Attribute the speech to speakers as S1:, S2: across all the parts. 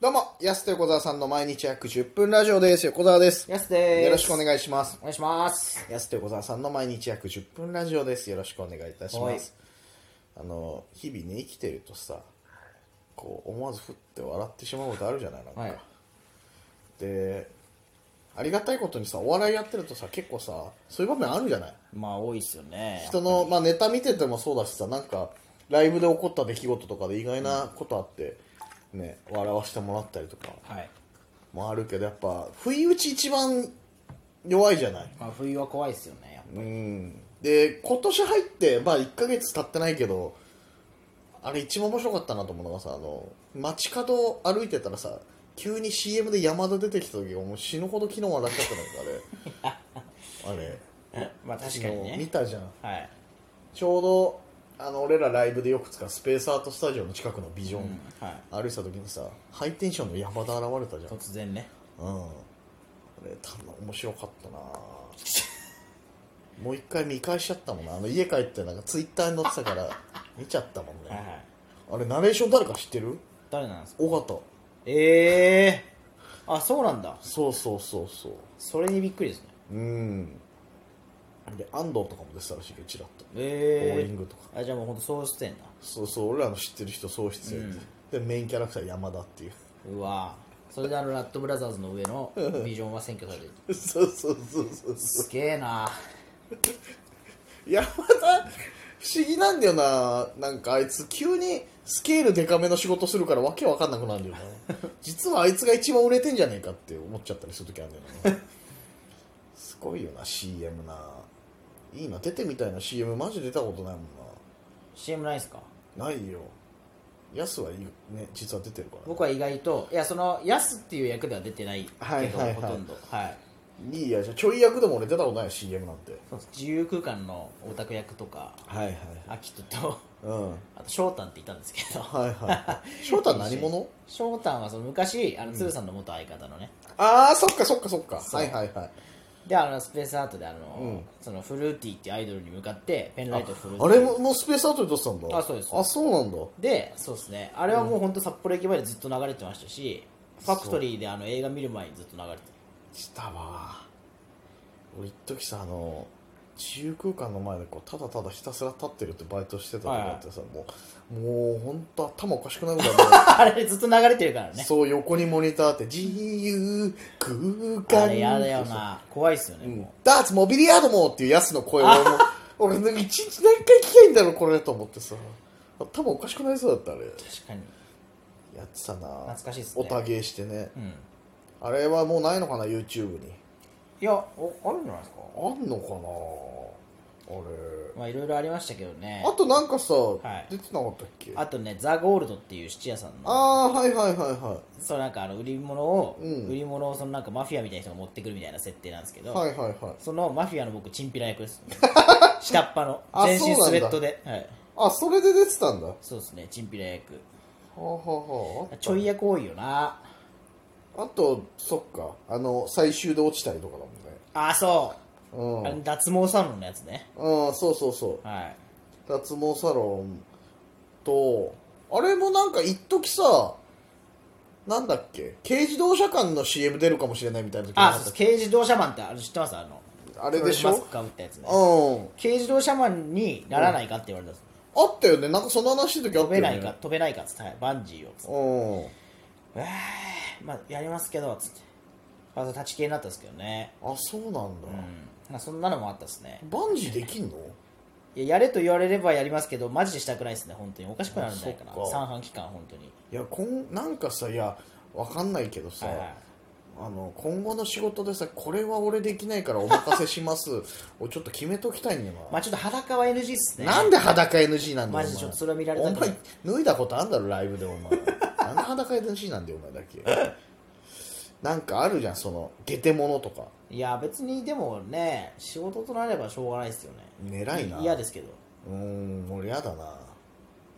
S1: どうも、安と横澤さんの毎日約10分ラジオです。横澤です。
S2: やすでーす。
S1: よろしくお
S2: い
S1: 願いします。
S2: お願いします。
S1: 安と横澤さんの毎日約10分ラジオです。よろしくお願いいたします。あの、日々ね、生きてるとさ、こう、思わずふって笑ってしまうことあるじゃないなんか。
S2: はい。
S1: で、ありがたいことにさ、お笑いやってるとさ、結構さ、そういう場面あるじゃない
S2: まあ、多いっすよね。
S1: 人の、まあ、ネタ見ててもそうだしさなんかライブで起こった出来事とかで意外なことあって、ね、笑わせてもらったりとか
S2: はい。
S1: もあるけどやっぱ不意打ち一番弱いじゃない
S2: まあ、冬は怖いっすよね。やっ
S1: うんで今年入ってまあ1ヶ月経ってないけどあれ一番面白かったなと思うのがさあの街角を歩いてたらさ急に CM で山田出てきた時もう死ぬほど昨日笑っちゃ ったのよあれあれ
S2: ぱまあ、確かに
S1: 見
S2: ね。
S1: たじゃん
S2: はい。
S1: ちょうどあの俺らライブでよく使うスペースアートスタジオの近くのビジョン、
S2: うんはい
S1: 歩いてた時にさハイテンションの山田現れたじゃん
S2: 突然ね。
S1: うんあれ多分面白かったなもう一回見返しちゃったもんなあの家帰ってなんかツイッターに載ってたから見ちゃったもん
S2: はいは
S1: ね
S2: い。
S1: あれナレーション誰か知ってる
S2: 誰なんですか
S1: 尾形
S2: ええー。あ、そうなんだ。
S1: そうそうそうそう
S2: それにびっくりですね。
S1: うんで安藤とかも出てたらしいけどチラッと
S2: ええー。
S1: ボーリングとか
S2: あ、じゃあもうほんとそうしてんだ。
S1: そうそう俺らの知ってる人そう必要で,、でメインキャラクター山田 っていう
S2: うわぁ。それであの、ラットブラザーズの上のビジョンは占拠されてる。
S1: そうそうそうそうそ
S2: すげえなぁ。
S1: う山田不思議なんだよななんかあいつ急にスケールでかめの仕事するからわけわかんなくなるんだよな実はあいつが一番売れてんじゃねえかって思っちゃったりする時あるんだよなすごいよな CM ないいな出てみたいな CM マジ出たことないもん
S2: CM ないっすか
S1: なないよヤスはいいね実は出てるから、
S2: 僕は意外と、いや、その、ヤスっていう役では出てないけど、
S1: はいはいはい
S2: ほとんど。はい。
S1: いいやじゃあちょい役でも俺出たことないよ CM なんて
S2: そうです自由空間のオタク役とか
S1: はいはい
S2: アキトと
S1: うん
S2: あと翔太っていたんですけど
S1: はいはい翔太 何者
S2: 翔太はその昔あの鶴さんの元相方のね、
S1: ああそっかそっかそっか
S2: そう
S1: はいはいはい
S2: であのスペースアートであの、
S1: うん
S2: そのフルーティーっていうアイドルに向かってペンライトを振るって
S1: あ
S2: いう
S1: れももうスペースアートで撮ってたんだ
S2: あそうです
S1: あそうなんだ
S2: でそうですねあれはもう本当札幌駅前でずっと流れてましたし、ファクトリーであの映画見る前にずっと流れて
S1: したわ俺一時さあの自由空間の前でこうただただひたすら立ってるってバイトしてた時あってさ、もうもう本当頭おかしくなるんだ らい
S2: た あれずっと流れてるからね
S1: そう横にモニターあって自由空間
S2: あれやだよな怖いっすよね、
S1: うん
S2: も
S1: ダーツモビリアードもっていうやつの声を俺も俺なんか一日何回聞きゃいいんだろうこれと思ってさ頭おかしくなりそうだったあれ
S2: う確かに
S1: やってたな
S2: 懐かしいっす
S1: お
S2: ね
S1: たげしてね
S2: うん
S1: あれはもうないのかな YouTube に
S2: いやおあるんじゃないですか
S1: あんのかなあれ
S2: まあいろいろありましたけどね
S1: あとなんかさ、
S2: い
S1: 出てなかったっけ
S2: あとね、ザ・ゴールドっていう質屋さんの、
S1: ああーはいはいはいは
S2: そうなんかあの売り物を、
S1: うん
S2: 売り物をそのなんかマフィアみたいな人が持ってくるみたいな設定なんですけど、
S1: いはいはいはい
S2: そのマフィアの僕、チンピラ役です、下っ端の、
S1: あ
S2: 全身
S1: そう
S2: ス
S1: なん
S2: ウェ
S1: だ
S2: ットで、はい、
S1: あそれで出てたんだは
S2: そうですね、チンピラ役。
S1: あはあはあ
S2: ちょい役多いよな。
S1: あとそっかあの最終で落ちたりとかだ
S2: あ、そう、
S1: もん
S2: あ
S1: ね
S2: の脱毛サロンのやつね。
S1: うん、うん、そうそうそう
S2: はい。
S1: 脱毛サロンとあれもなんか一時さなんだっけ軽自動車館の CM 出るかもしれないみたいな時な
S2: あ、
S1: か
S2: そう
S1: っ
S2: で
S1: た
S2: す軽自動車マンってあの知ってますあの、
S1: あれでしょ
S2: マスクかぶったやつね。
S1: うん
S2: 軽自動車マンにならないかって言われたんです。
S1: あったよねなんかその話の時あっ
S2: 飛
S1: た
S2: べ
S1: よ
S2: な
S1: ね
S2: いか、飛べないかっつって、はい、バンジーをっつって。
S1: うん
S2: えー、まあやりますけどつってまず立ち消えになったんですけどね
S1: あそうなんだ、
S2: うんまあそんなのもあったですね
S1: バンジーできんの
S2: いややれと言われればやりますけどマジでしたくないですね本当におかしくなるんじゃないか
S1: あ
S2: な
S1: そっか
S2: 三半期間本当に
S1: いやこんなんかさいやわかんないけどさ、
S2: はいはい
S1: あの今後の仕事でさこれは俺できないからお任せします をちょっと決めときたいんだよな、
S2: まあちょっと裸は NG っすね
S1: なんで裸 NG なんだよ
S2: マジでちょっとそれは見られ
S1: お
S2: た
S1: 前
S2: くない
S1: お前脱いだことあんだろライブで お前なんで裸 NG なんだよお前だけなんかあるじゃんその下手者とか
S2: いや別にでもね仕事となればしょうがないですよね
S1: 偉いな
S2: 嫌ですけど
S1: うーん俺嫌だな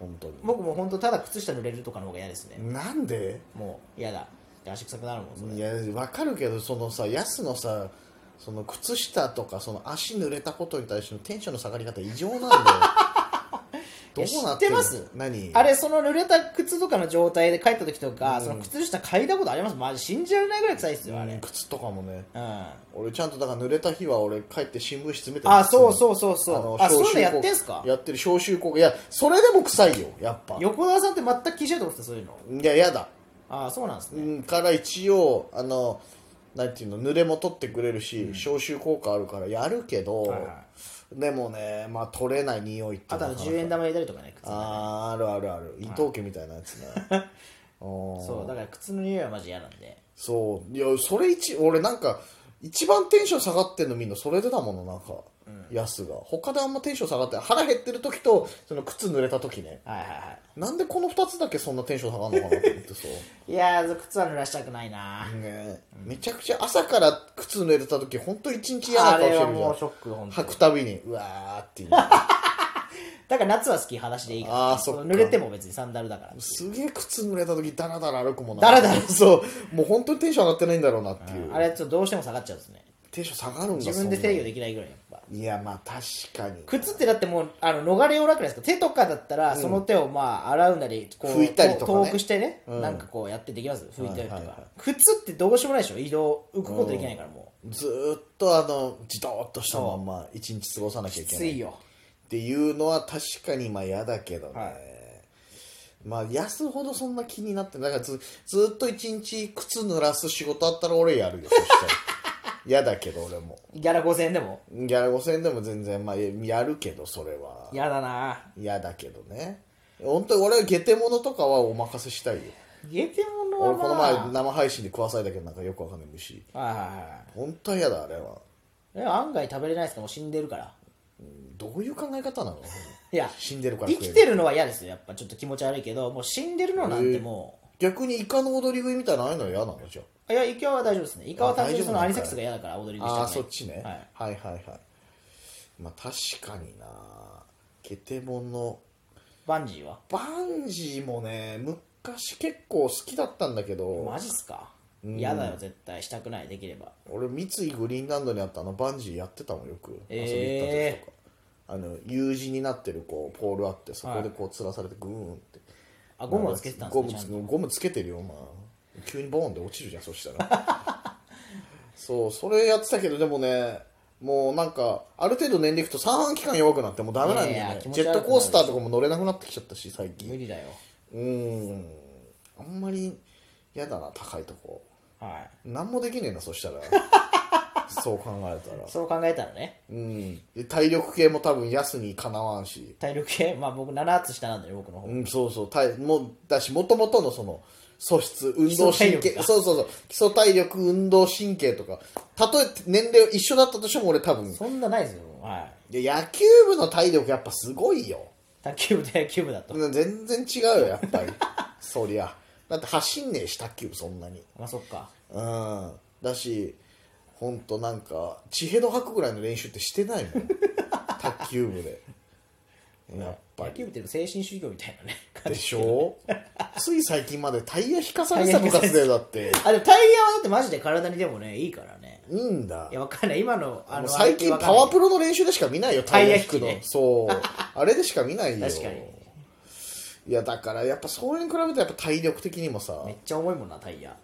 S1: 本当に
S2: 僕も本当ただ靴下濡れるとかの方が嫌ですね
S1: なんで
S2: もう嫌だで足臭くなるもんそれ
S1: いやわかるけどそのさヤスのさその靴下とかその足濡れたことに対してのテンションの下がり方異常なんだよどう
S2: いや
S1: な
S2: 知
S1: っ
S2: ってて
S1: る
S2: ます
S1: 何
S2: あれその濡れた靴とかの状態で帰った時とか、
S1: うん
S2: その靴下嗅いだことありますマジ信じられないぐらい臭いですよあれ、
S1: う
S2: うんん
S1: 靴とかもね
S2: あ
S1: 俺ちゃんとだから濡れた日は俺帰って新聞紙詰めて
S2: あそう
S1: う
S2: そうそうそうあそういうのやってんすか
S1: やってる消臭効果いやそれでも臭いよやっぱ
S2: 横澤さんって全く気にしないと思ってたそういうの
S1: いややだ
S2: ああそうなんです
S1: う
S2: ね、
S1: んから一応あのなんていうの濡れも取ってくれるし、消臭効果あるからやるけど、
S2: はいは
S1: でもねまあ取れない匂いって
S2: あと
S1: な
S2: あの
S1: かなか
S2: 10円玉入れたりとかね靴の
S1: あーあるあるある伊藤家みたいなやつ ねおー
S2: そうだから靴の匂いはマジ嫌なんで
S1: そういやそれ一俺なんか一番テンション下がってんのみんなそれでだものなんか、やすが他であんまテンション下がってない腹減ってる時とその靴濡れた時ね
S2: はいはいは
S1: なんでこの2つだけそんなテンション下がるのかなと思ってそう
S2: いいやー靴は濡らしたくないな
S1: ねめちゃくちゃ朝から靴濡れた時本当一日嫌な
S2: あ
S1: 顔し
S2: れ
S1: て
S2: は
S1: るじ
S2: もうシ
S1: ゃ
S2: ョック本
S1: ん
S2: 当
S1: 履
S2: に
S1: くたびにうわーっていう
S2: だから夏は好き裸足でいいから
S1: あーそっか
S2: 濡れても別にサンダルだから
S1: すげえ靴濡れた時ダラダラ歩くもんな
S2: ダラダラ
S1: そうもう本当にテンション上がってないんだろうなっていう、
S2: あれちょっとどうしても下がっちゃうんですね
S1: テンション下がるんだ
S2: 自分で制御
S1: で
S2: できないぐらいやっぱ
S1: いやまあ確かに
S2: 靴ってだってもうあの逃れようなくないですか手とかだったらその手をまあ洗うなりこう
S1: 拭いたりとかね
S2: 遠くしてね、
S1: うん
S2: なんかこうやってできます拭いたりとか、
S1: はいはいはい
S2: 靴ってどうしようもないでしょ移動浮くことできないからも
S1: ずーっとあのじとーっとしたまんま一日過ごさなきゃいう
S2: き
S1: け
S2: つ
S1: ない
S2: い
S1: っ
S2: よ
S1: ていうのは確かにまあ嫌だけどね、
S2: はい
S1: まあ安ほどそんな気になってないだからずずーっと一日靴濡らす仕事あったら俺やるよそした ら嫌だけど俺も
S2: ギャラ5000円でも
S1: ギャラ5000円でも全然まあやるけどそれは
S2: 嫌だな
S1: 嫌だけどね本当に俺は下手者とかはお任せしたいよ
S2: 下手物は
S1: 俺この
S2: まあ
S1: 前生配信で食わされたけどなんかよくわかんない虫
S2: はいはいはい
S1: 本当は嫌だあれは
S2: え案外食べれないですかもう死んでるから
S1: どういう考え方な の
S2: いや
S1: 死んでるから
S2: 生
S1: 食え
S2: き
S1: る
S2: てるのは嫌ですよやっぱちょっと気持ち悪いけどもう死んでるのなんても
S1: 逆にイカの踊り食いみたいなのああいうのは嫌なのじゃ
S2: う、いやイカは大丈夫ですねイカは単純にその
S1: あ
S2: ア
S1: 大
S2: ニ
S1: 丈夫なんだ
S2: セックスが嫌だから踊り
S1: あ
S2: にした
S1: あーそっちね、
S2: はい、
S1: はい、はいはいまあ確かになケテモの
S2: バンジーは
S1: バンジーもね昔結構好きだったんだけど
S2: マジっすか嫌だよ絶対したくないできれば
S1: 俺三井グリーンランドにあったあのバンジーやってたもんよく遊びに行った時
S2: え
S1: とか、あの U 字になってるこうポールあってそこでこう吊らされてグーンって、
S2: ー、あゴムをつけてたんです
S1: ゴム
S2: ねちゃ
S1: つ
S2: んと
S1: ゴムつけてるよお前急にボーンで落ちるじゃんそしたら そうそれやってたけどでもねもうなんかある程度年齢いくと三半規管弱くなってもうダメなんだよ
S2: いやい
S1: ね
S2: や気持
S1: ジ
S2: ち悪
S1: ェッ
S2: くなる
S1: トコースターとかも乗れなくなってきちゃったし最
S2: 無
S1: 近
S2: 理だよ
S1: うーんあんまり嫌だな高いとこ
S2: は
S1: 何もできねえなそしたら そう考えたら
S2: いそう考えたらね
S1: うんで体力系も多分安にかなわんし
S2: 体力系まあ僕7つ下なんでね僕の方
S1: うん、そうそう体もだしもともとのその素質運動神
S2: 基礎体
S1: 経
S2: 力が
S1: そうそうそう基礎体力運動神経とかたとえ年齢一緒だったとしても俺多分
S2: そんなないですよはい
S1: や野球部の体力やっぱすごいよ
S2: い卓球部と野球部だと
S1: うん全然違うよやっぱ りそりゃだって走んねえし卓球部そんなに
S2: まあそっか
S1: うんだしほんとなんか血ヘド吐くぐらいの練習ってしてないも ん卓球部でやっぱ
S2: 野
S1: り
S2: 球部っていうの精神修行みたいなね
S1: でしょ つい最近までタイヤ引かされてた部活でだって
S2: あでもタイヤはだってマジで体にでもねいいからね
S1: いいんだ
S2: いやわかんない今のあ
S1: も
S2: の
S1: う最近パワープロの練習でしか見ないよタ
S2: タ
S1: イ
S2: イ
S1: ヤ
S2: ヤ
S1: 引
S2: 引
S1: く
S2: き
S1: の、
S2: ね
S1: そうあれでしか見ないよ
S2: 確かに
S1: いやだからやっぱそれに比べてやっぱ体力的にもさ
S2: めっちゃ重いもんなタイヤ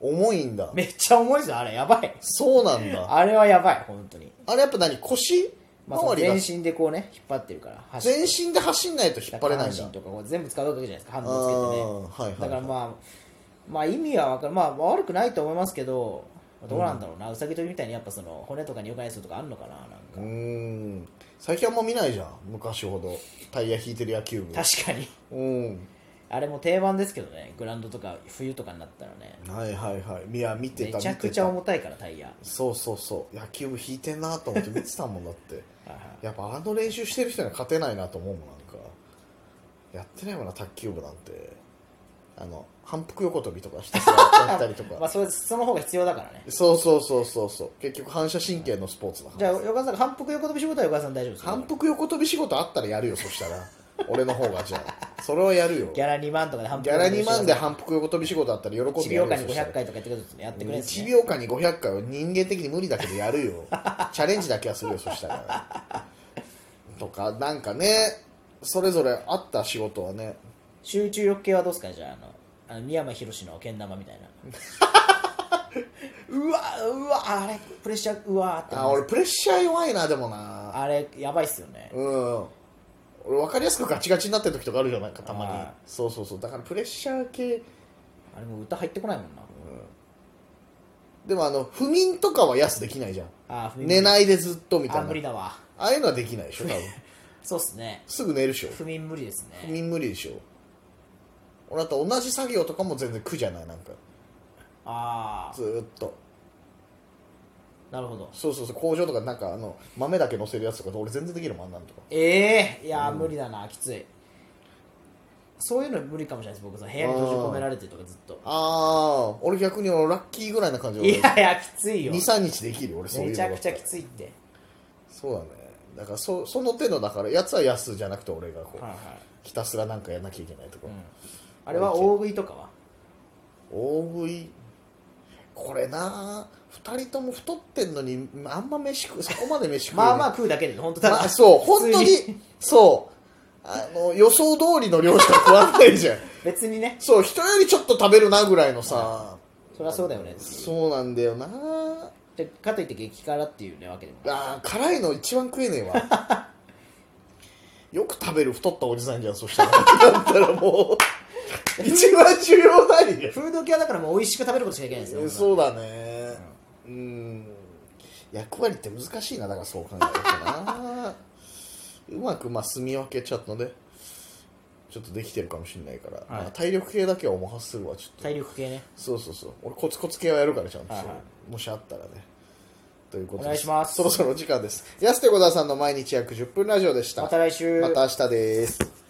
S1: 重いんだ
S2: めっちゃ重いですよあれやばい
S1: そうなんだ
S2: あれはやばい本当に
S1: あれやっぱ何腰
S2: まあその
S1: 周り
S2: 全
S1: が
S2: 身でこうね引っ張ってるから走って
S1: 全身で走んないと引っ張れないん
S2: 下
S1: だ
S2: 半身とかこう全部使うわけじゃないですか反
S1: あ
S2: 動
S1: ー
S2: つけ
S1: は
S2: て
S1: いはい
S2: ね
S1: はい
S2: だからまあまあ意味は分かるまあ悪くないと思いますけどどうなんだろうなうさぎ跳びみたいにやっぱその骨とかに良くないやつとかあるのかななんか
S1: うーん最近あんま見ないじゃん昔ほどタイヤ引いてる野球部
S2: 確かに
S1: うん
S2: あれも定番ですけどねグラウンドとか冬とかになったらね
S1: はいはいはいいや見て
S2: め
S1: た見てた
S2: ちゃくちゃ重たいからタイヤ
S1: そうそうそう野球部引いてんなと思って見てたもんだって
S2: はいはい
S1: やっぱあの練習してる人には勝てないなと思うもんなんかやってないもんな卓球部なんてあの反復横跳びとかひたすらやったりとか、
S2: まあそれその方が必要だからね
S1: そうそうそうそうそう結局反射神経のスポーツだか
S2: じゃ
S1: ら
S2: あ横川さん反復横跳び仕事は横川さん大丈夫ですか
S1: 反復横跳び仕事あったらやるよそした ら俺の方がじゃあそれはやるよ
S2: ギャラ2万とかで反復
S1: ギャラ2万で反復横跳び仕事あったら喜ん
S2: 1
S1: でや
S2: 秒
S1: るよ
S2: 間に
S1: そしたら
S2: 500回とかやってくれるんですねやってくれるんです
S1: 1
S2: ね
S1: 秒間に500回は人間的に無理だけどやる よチャレンジだけはするよそしたらとかなんかねそれぞれあった仕事はね
S2: 集中力系はどうですかじゃああのあの宮間博のけん玉みた いなうわうわあれプレッシャーうわーって
S1: あ俺プレッシャー弱いなでもな
S2: あれやばいっすよね
S1: うん俺分かりやすくガチガチになってる時とかあるじゃないかたまに
S2: はい
S1: そうそうそうだからプレッシャー系
S2: あれもう歌入ってこないもんな
S1: でもあの不眠とかは安できないじゃん
S2: あー
S1: 寝ないでずっとみた
S2: あ
S1: いな
S2: 無理だわ
S1: ああいうのはできないでしょ 多分
S2: そうっすね
S1: すぐ寝るでしょ
S2: 不眠無理です
S1: 不
S2: ね
S1: 眠無理でしょ俺だと同じ作業とかも全然苦じゃないなんか
S2: あ
S1: ずーっと
S2: あなるほど
S1: そうそうそう工場とかなんかあの豆だけ乗せるやつとか俺全然できるもんあんなんとか
S2: ええいやー、無理だなきついそういうの無理かもしれないです僕その部屋に閉じ込められてるとかずっと
S1: ああ俺逆に俺ラッキーぐらいな感じ
S2: い やいやきついよ
S1: 23日できる俺そういう
S2: め
S1: の
S2: ち
S1: だ
S2: ゃ
S1: ったら
S2: くちゃきついって
S1: そうだねだからそその手のだからやつは安じゃなくて俺がこう、
S2: はいはい、
S1: ひたすらなんかやんなきゃいけないとか、
S2: うん、あれは大食いとかは
S1: 大食いこれな2人とも太ってんのにあんま飯食うそこまで飯食う
S2: まあまあ食うだけで本当ただ、
S1: まあそう本当
S2: 普通
S1: にそうあの予想通りの量しか食わないじゃん
S2: 別にね
S1: そう人よりちょっと食べるなぐらいのさ
S2: そりゃそうだよね
S1: そうなんだよな
S2: でかといって激辛っていうねわけでもない
S1: あー辛いの一番食えねえわ よく食べる太ったおじさんじゃんそしたらだったらもう 一番重要ないよ
S2: フード系はだからもう美味しく食べることしかいけないんですよ
S1: え
S2: 本当は
S1: そうだねうん役割って難しいなだからそう考えるとなうまくまあ住み分けちゃったのでちょっとできてるかもしれないから、
S2: はい
S1: まあ体力系だけはお任せするわちょっと
S2: 体力系ね
S1: そうそうそう俺コツコツ系はやるからちゃんと、
S2: はいは
S1: もしあったらねということで
S2: お願いします
S1: そろそろお時間です安手小沢さんの毎日約10分ラジオでした
S2: また来週
S1: また明日です